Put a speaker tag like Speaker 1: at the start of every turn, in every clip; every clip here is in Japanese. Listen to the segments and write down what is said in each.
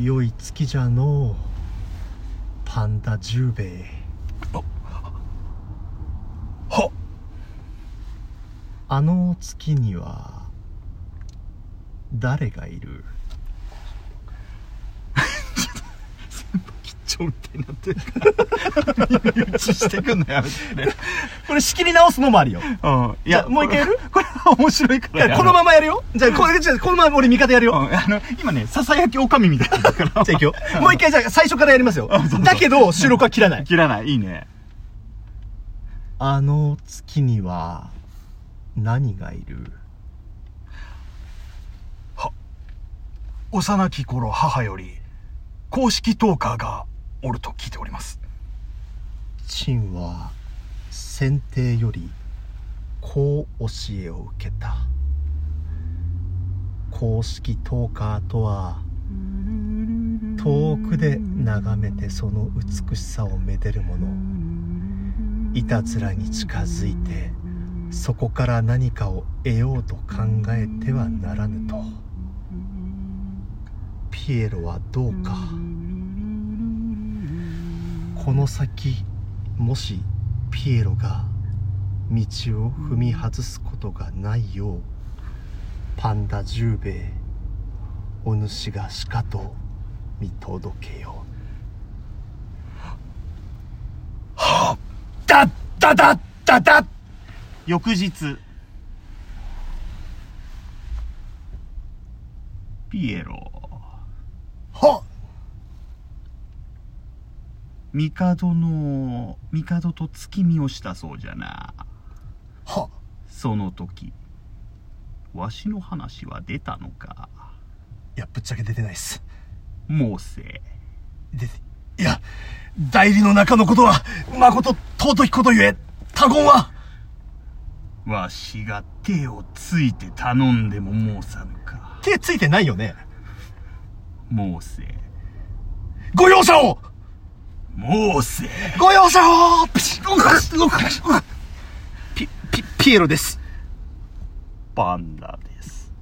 Speaker 1: 良い月じゃのうパンダ十兵衛
Speaker 2: は
Speaker 1: あの月には誰がいる
Speaker 2: 吉 兆みたいになってるから 身内してくんのやめてくれ
Speaker 1: これ仕切り直すのもあるよ
Speaker 2: うんい
Speaker 1: じゃ
Speaker 2: や
Speaker 1: あもう一回やる
Speaker 2: これは 面白いからやろう
Speaker 1: このままやるよじゃあこれじゃあこのまま俺味方やるよ、
Speaker 2: うんあの今ねささやきおかみみたいだったから
Speaker 1: じゃあいくよもう一回じゃあ最初からやりますよ
Speaker 2: あそうそう
Speaker 1: だけど収録は切らない
Speaker 2: 切らないいいね
Speaker 1: あの月には何がいる
Speaker 2: 幼き頃母より公式トーカーがおると聞いております
Speaker 1: チンは先帝よりこう教えを受けた公式トーカーとは遠くで眺めてその美しさをめでるものいたずらに近づいてそこから何かを得ようと考えてはならぬとピエロはどうかこの先もしピエロが道を踏み外すことがないようパンダ十兵衛お主がしかと見届けよ
Speaker 2: だだだだだ翌日ピエロ
Speaker 1: は
Speaker 2: 帝の帝と月見をしたそうじゃな
Speaker 1: は
Speaker 2: その時わしの話は出たのか
Speaker 1: いやぶっちゃけ出てないっす
Speaker 2: モーセ
Speaker 1: 出ていや代理の中のことはまこと尊きことゆえ他言は
Speaker 2: わしが手をついて頼んでも申さぬか
Speaker 1: 手ついてないよね
Speaker 2: モーセ
Speaker 1: ご容赦を
Speaker 2: モーセ
Speaker 1: ご容赦をピシッ動かし動かし動かしピピピエロです
Speaker 2: パンダ です。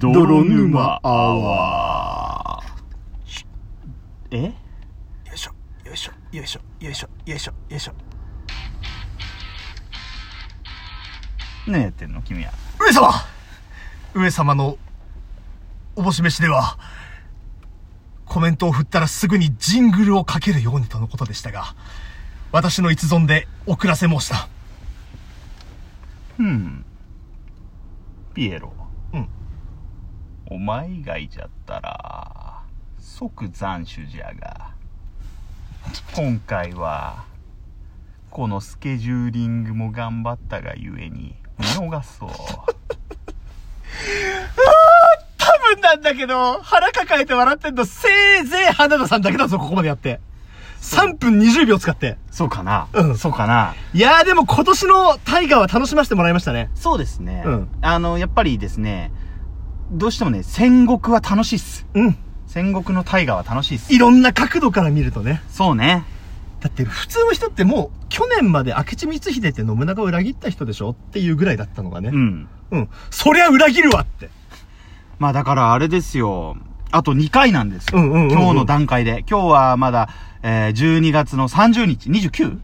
Speaker 1: 泥沼ア
Speaker 2: ワー。え
Speaker 1: よいしょよいしょよいしょよいしょよいしょよいしょ
Speaker 2: 何やってんの君は。
Speaker 1: 上様上様のおぼし飯ではコメントを振ったらすぐにジングルをかけるようにとのことでしたが私の一存で遅らせ申した
Speaker 2: うん。ピエロ。
Speaker 1: うん
Speaker 2: お前以外じゃったら、即斬首じゃが。今回は、このスケジューリングも頑張ったがゆえに、見逃そう。
Speaker 1: 多分なんだけど腹抱えて笑ってんのせいぜい花田さんだけだぞここまでやって3分20秒使って
Speaker 2: そうかな
Speaker 1: うん
Speaker 2: そうかない
Speaker 1: やーでも今年のタイガーは楽しませてもらいましたね
Speaker 2: そうですね。
Speaker 1: うん
Speaker 2: あの、やっぱりですね、どうしてもね、戦国は楽しいっす。
Speaker 1: うん
Speaker 2: 戦国の大河は楽しいっす。
Speaker 1: いろんな角度から見るとね
Speaker 2: そうね。
Speaker 1: だって普通の人ってもう去年まで明智光秀って信長を裏切った人でしょっていうぐらいだったのがね。
Speaker 2: うん。
Speaker 1: うん。そりゃ裏切るわって。
Speaker 2: まあだからあれですよ。あと2回なんですよ。
Speaker 1: うんうんうんうん
Speaker 2: 今日の段階で。今日はまだ、えー、12月の30日、29?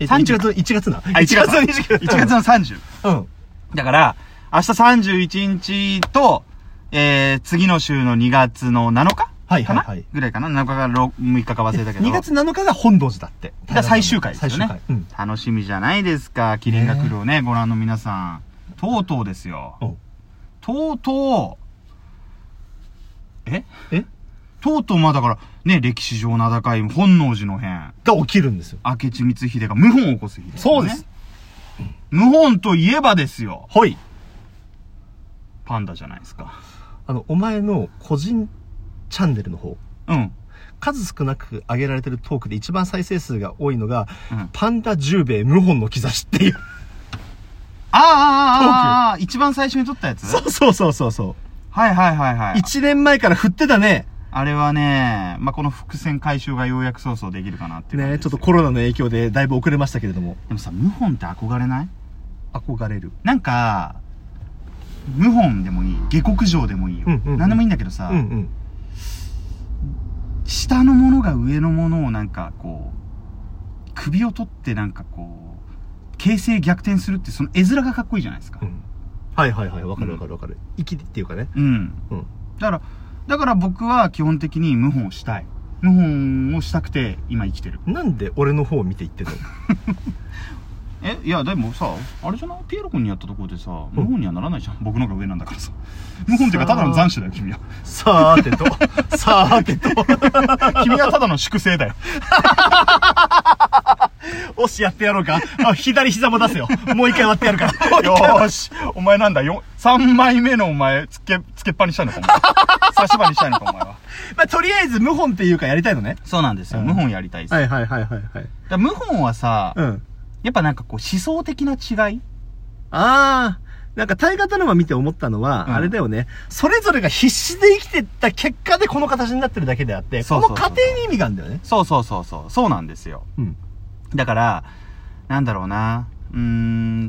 Speaker 1: え1
Speaker 2: 30
Speaker 1: 月、1月な。
Speaker 2: あ、1月
Speaker 1: の
Speaker 2: の
Speaker 1: 29
Speaker 2: 29。1月の30。
Speaker 1: うん。
Speaker 2: だから、明日31日と、えー、次の週の2月の7日
Speaker 1: はい
Speaker 2: か
Speaker 1: はい
Speaker 2: な
Speaker 1: はい
Speaker 2: ぐらいかな ?7 日か 6, 6日か忘れたけど。
Speaker 1: 2月7日が本堂寺だって。
Speaker 2: が最終回ですよね。
Speaker 1: 最終回。うん。
Speaker 2: 楽しみじゃないですか、キリンが来るをね、ご覧の皆さん。とうとうですよ。
Speaker 1: お
Speaker 2: とうとう、え
Speaker 1: え
Speaker 2: とうとうまあだから、ね、歴史上名高い本能寺の変、
Speaker 1: が起きるんですよ。
Speaker 2: 明智光秀が謀反を起こす日、ね。
Speaker 1: そうです。
Speaker 2: 謀反といえばですよ、
Speaker 1: ほい。
Speaker 2: パンダじゃないですか。
Speaker 1: あの、お前の個人チャンネルの方。
Speaker 2: うん。
Speaker 1: 数少なく上げられてるトークで一番再生数が多いのが、
Speaker 2: うん、あー
Speaker 1: パンダ十兵衛謀反の兆しっていう。
Speaker 2: あーあーあーあー一番最初に撮ったやつ
Speaker 1: そうそうそうそうそう。
Speaker 2: はいはいはいはい。
Speaker 1: 1年前から振ってたね。
Speaker 2: あれはね、まあ、この伏線回収がようやくそうそうできるかなっていう感じ
Speaker 1: ね
Speaker 2: です
Speaker 1: ちょ
Speaker 2: よ
Speaker 1: っとコロナの影響でだいぶ遅れましたけれども
Speaker 2: でもさ、謀反って憧れない
Speaker 1: 憧れる
Speaker 2: なんか、謀反でもいい、下克上でもいいよ。
Speaker 1: うんうんうん
Speaker 2: 何でもいいんだけどさ、
Speaker 1: うんうん
Speaker 2: 下のものが上のものをなんかこう首を取ってなんかこう形勢逆転するってその絵面がかっこいいじゃないですか
Speaker 1: うんはいはいはいわかるわかるわかる生きりっていうかね
Speaker 2: うん、
Speaker 1: うん
Speaker 2: だからだから僕は基本的に謀反をしたい謀反をしたくて今生きてる
Speaker 1: なんで俺の方を見ていってんの
Speaker 2: えいやでもさあれじゃないピエロ君にやったところでさ謀反にはならないじゃん僕の方が上なんだからさ謀反っていうかただの斬首だよ君は
Speaker 1: さーてとさーてと
Speaker 2: 君はただの粛清 だよ
Speaker 1: おしやってやろうかあ左膝も出せよ もう一回割ってやるから
Speaker 2: よーし、お前なんだよ、3枚目のお前、つけ、つけっぱにしたいのか、お前。差し歯にしたいのか、お前は。
Speaker 1: まあ、とりあえず謀反っていうかやりたいのね
Speaker 2: そうなんですよ。
Speaker 1: うん
Speaker 2: 謀反やりたいです。
Speaker 1: はいはいはいはい
Speaker 2: だから謀反はさ、
Speaker 1: うん
Speaker 2: やっぱなんかこう、思想的な違い
Speaker 1: ああなんか大河ドラマ見て思ったのは、
Speaker 2: うん
Speaker 1: あれだよねそれぞれが必死で生きてった結果でこの形になってるだけであって
Speaker 2: そう
Speaker 1: こ
Speaker 2: そう
Speaker 1: の
Speaker 2: そ
Speaker 1: 過
Speaker 2: う
Speaker 1: 程に意味があるんだよね
Speaker 2: そうそうそうそう。そうなんですよ。
Speaker 1: うん
Speaker 2: だから、なんだろうな。うーん。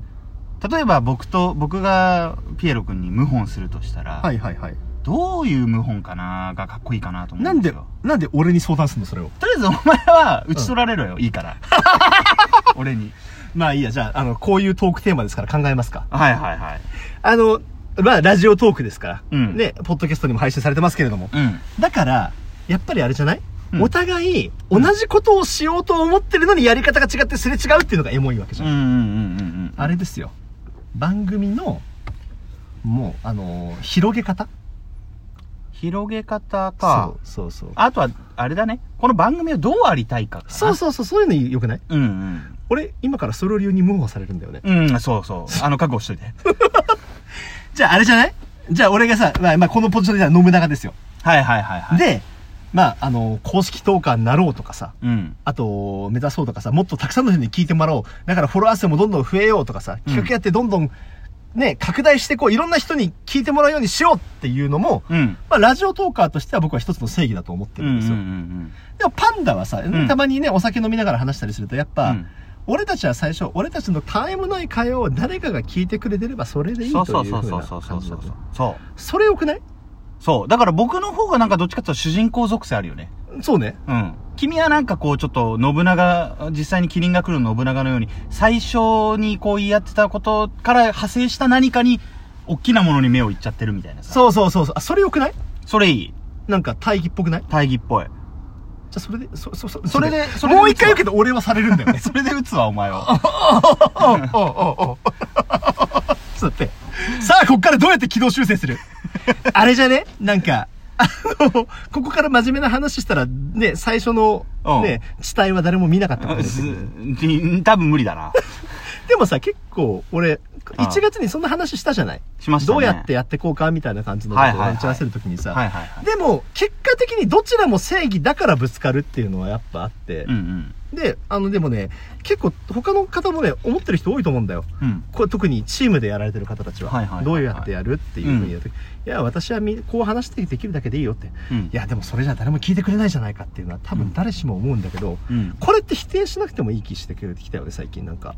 Speaker 2: 例えば僕と、僕がピエロ君に謀反するとしたら、
Speaker 1: はいはいはい
Speaker 2: どういう謀反かながかっこいいかなと思
Speaker 1: な
Speaker 2: うんんです
Speaker 1: で
Speaker 2: よ。
Speaker 1: なんで俺に相談するのそれを
Speaker 2: とりあえずお前は打ち取られろよ。いいから。 俺に。
Speaker 1: まあいいやじゃああのこういうトークテーマですから考えますか
Speaker 2: はいはいはい。
Speaker 1: あのまあラジオトークですから、
Speaker 2: うん
Speaker 1: ねポッドキャストにも配信されてますけれども
Speaker 2: うん。
Speaker 1: だからやっぱりあれじゃない、
Speaker 2: うん
Speaker 1: お互い同じことをしようと思ってるのにやり方が違ってすれ違うっていうのがエモいわけじゃん
Speaker 2: うんうんうんうんうん
Speaker 1: あれですよ。番組の、もう、あのー広げ方
Speaker 2: 広げ方か
Speaker 1: そうそうそう。
Speaker 2: あとはあれだねこの番組をどうありたいかかな
Speaker 1: そうそうそう、そういうの良くない
Speaker 2: うん
Speaker 1: 俺、今からそれを理由に謀反されるんだよね。
Speaker 2: うんうんそ うそうあの覚悟しといて
Speaker 1: じゃあ、あれじゃないじゃあ、俺がさ、まあ、まあ、このポジションでは信長ですよ。
Speaker 2: はいはいはいはい
Speaker 1: で、まあ、あのー公式トーカーになろうとかさ、
Speaker 2: うん
Speaker 1: あと、目指そうとかさ、もっとたくさんの人に聞いてもらおう。だからフォロワー数もどんどん増えようとかさ、企画やってどんどん、ね、拡大してこう、いろんな人に聞いてもらうようにしようっていうのも、
Speaker 2: うん
Speaker 1: まあ、ラジオトーカーとしては僕は一つの正義だと思って
Speaker 2: う
Speaker 1: る
Speaker 2: んうんん
Speaker 1: で
Speaker 2: う
Speaker 1: すよ。
Speaker 2: ん
Speaker 1: でもパンダはさ、
Speaker 2: ん
Speaker 1: たまにね、お酒飲みながら話したりすると、やっぱ、
Speaker 2: うん
Speaker 1: 俺たちは最初、俺たちのタイムない会話を誰かが聞いてくれてればそれでいい
Speaker 2: そ
Speaker 1: という
Speaker 2: そう
Speaker 1: う
Speaker 2: そう
Speaker 1: ふうな
Speaker 2: そうそうそ
Speaker 1: 感
Speaker 2: う
Speaker 1: じ
Speaker 2: そ
Speaker 1: だ
Speaker 2: う
Speaker 1: と。
Speaker 2: そう
Speaker 1: それよくない
Speaker 2: そうだから僕の方がなんかどっちかっていうと主人公属性あるよね
Speaker 1: そうね。
Speaker 2: うん君はなんかこうちょっと信長実際に麒麟が来る信長のように最初にこう言い合ってたことから派生した何かに大きなものに目をいっちゃってるみたいなさ
Speaker 1: そうそうそうそう。あ、それよくない
Speaker 2: それいい
Speaker 1: なんか大義っぽくないじゃ
Speaker 2: 大義っぽい
Speaker 1: あそれで、そ、そ、そ、
Speaker 2: それでそれで
Speaker 1: もう一回受けて俺はされるんだ よね。
Speaker 2: それで打つわ、お前を。
Speaker 1: お うおうおうちょっと待って。 さあ、こっからどうやって軌道修正する あれじゃねなんか、あの、ここから真面目な話したら、ね、最初の、
Speaker 2: うん
Speaker 1: ね、地帯は誰も見なかったから
Speaker 2: す多分無理だな。
Speaker 1: でもさ、結構、俺、
Speaker 2: ああ
Speaker 1: 1月にそんな話したじゃない
Speaker 2: しましたね
Speaker 1: どうやってやってこうかみたいな感じのこ
Speaker 2: はい
Speaker 1: と
Speaker 2: はいはい
Speaker 1: を打ち合わせるときにさ、
Speaker 2: はいはいはい。
Speaker 1: でも、結果的にどちらも正義だからぶつかるっていうのはやっぱあって
Speaker 2: う、ん
Speaker 1: で、あの、でもね、結構他の方もね、思ってる人多いと思うんだよ。
Speaker 2: うん。うん。
Speaker 1: これ特にチームでやられてる方たちは、
Speaker 2: はいはいはいはい
Speaker 1: どうやってやるっていうふうにやって、いや、私はみこう話してできるだけでいいよって、い
Speaker 2: うん。、
Speaker 1: や、でもそれじゃ誰も聞いてくれないじゃないかっていうのは多分誰しも思うんだけど、
Speaker 2: うん。
Speaker 1: これって否定しなくてもいい気してくれてきたよね、最近なんか。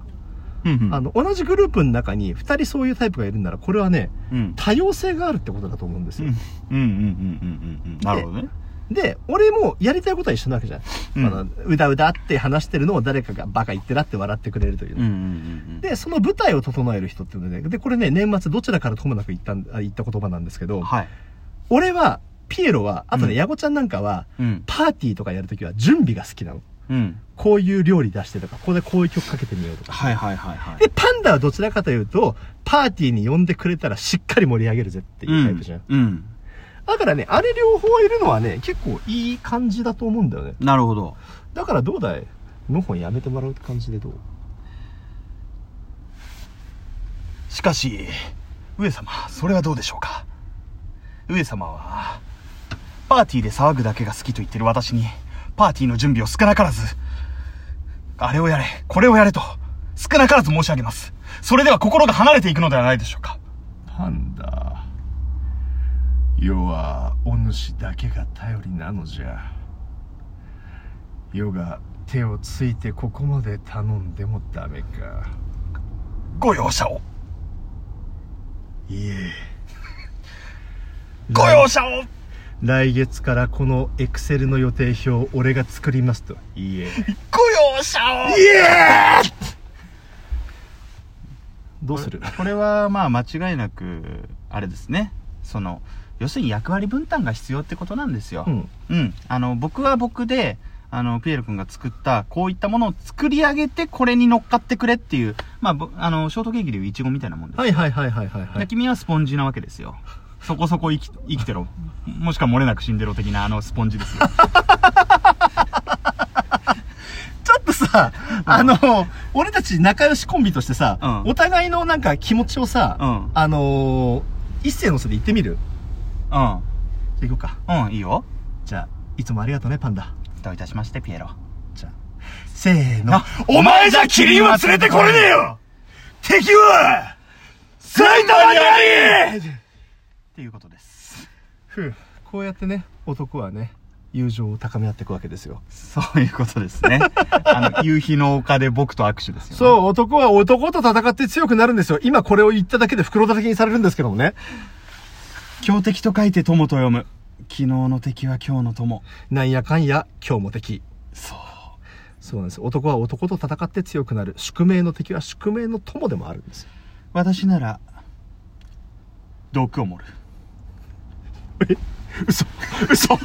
Speaker 2: うん。
Speaker 1: あ、の、同じグループの中に2人そういうタイプがいるんなら、これはね、
Speaker 2: うん。
Speaker 1: 多様性があるってことだと思うんです
Speaker 2: うん。う
Speaker 1: よ。
Speaker 2: ん。うん。うん。うん。なるほどね。
Speaker 1: で、俺もやりたいことは一緒なわけじゃん。
Speaker 2: うん
Speaker 1: あのうだうだって話してるのを誰かがバカ言ってらって笑ってくれるという
Speaker 2: うん。う
Speaker 1: ね、
Speaker 2: ん。
Speaker 1: で、その舞台を整える人っていうので、で、これね、年末どちらからともなく言ったん、あ言った言葉なんですけど、
Speaker 2: はい。
Speaker 1: 俺は、ピエロは、あと
Speaker 2: う
Speaker 1: ね、
Speaker 2: ん
Speaker 1: ヤゴちゃんなんかは、
Speaker 2: うん。
Speaker 1: パーティーとかやるときは準備が好きなの。
Speaker 2: うん。
Speaker 1: こういう料理出してとか、ここでこういう曲かけてみようとか。
Speaker 2: はいはいはいはい。
Speaker 1: で、パンダはどちらかというと、パーティーに呼んでくれたらしっかり盛り上げるぜっていうタイプじゃん。
Speaker 2: うん。
Speaker 1: だからね、あれ両方いるのはね、結構いい感じだと思うんだよね。
Speaker 2: なるほど。
Speaker 1: だからどうだい謀反やめてもらう感じでどう
Speaker 2: しかし、上様、それはどうでしょうか。上様は、パーティーで騒ぐだけが好きと言ってる私に、パーティーの準備を少なからず、あれをやれ、これをやれと、少なからず申し上げます。それでは心が離れていくのではないでしょうか。
Speaker 1: パンダ。世はお主だけが頼りなのじゃ。世が手をついてここまで頼んでもダメか。
Speaker 2: ご容赦を。
Speaker 1: いえ。
Speaker 2: ご容赦を
Speaker 1: 来月からこのエクセルの予定表を俺が作りますと
Speaker 2: いいえご容赦を
Speaker 1: イエーどうする
Speaker 2: これこれはまあ間違いなくあれですねその要するに役割分担が必要ってことなんですよ、
Speaker 1: うん
Speaker 2: うん、あの僕は僕であのピエール君が作ったこういったものを作り上げてこれに乗っかってくれっていう、まあ、ぼあのショートケーキでいうイチゴみたいなもんです、
Speaker 1: はいはいはいはいはいは
Speaker 2: で
Speaker 1: い
Speaker 2: 君はスポンジなわけですよそこそこ生き生きてろもしくは漏れなく死んでろ的なあのスポンジで すよ
Speaker 1: ちょっとさ、あの、俺たち仲良しコンビとしてさ、
Speaker 2: うん
Speaker 1: お互いのなんか気持ちをさ、
Speaker 2: うん
Speaker 1: あのー、一世の人で言ってみる
Speaker 2: うん
Speaker 1: じゃあ行こうか。
Speaker 2: うんいいよ
Speaker 1: じゃあ、いつもありがとうね、パンダ。
Speaker 2: どういたしましてピエロ
Speaker 1: じゃあ、せーの
Speaker 2: あ。お前じゃキリンは連れてこれねえよ
Speaker 1: 敵は、埼玉にあり
Speaker 2: っていうことです
Speaker 1: ふう、こうやってね、男はね、友情を高め合っていくわけですよ。
Speaker 2: そういうことです ねあの夕日の丘で僕と握手ですよ、ね、
Speaker 1: そう、男は男と戦って強くなるんですよ。今これを言っただけで袋叩きにされるんですけどもね。
Speaker 2: 強敵と書いて友と読む昨日の敵は今日の友
Speaker 1: なんやかんや、今日も敵。
Speaker 2: そう
Speaker 1: そうなんです。男は男と戦って強くなる。宿命の敵は宿命の友でもあるんですよ。
Speaker 2: 私なら毒を盛る
Speaker 1: 嘘嘘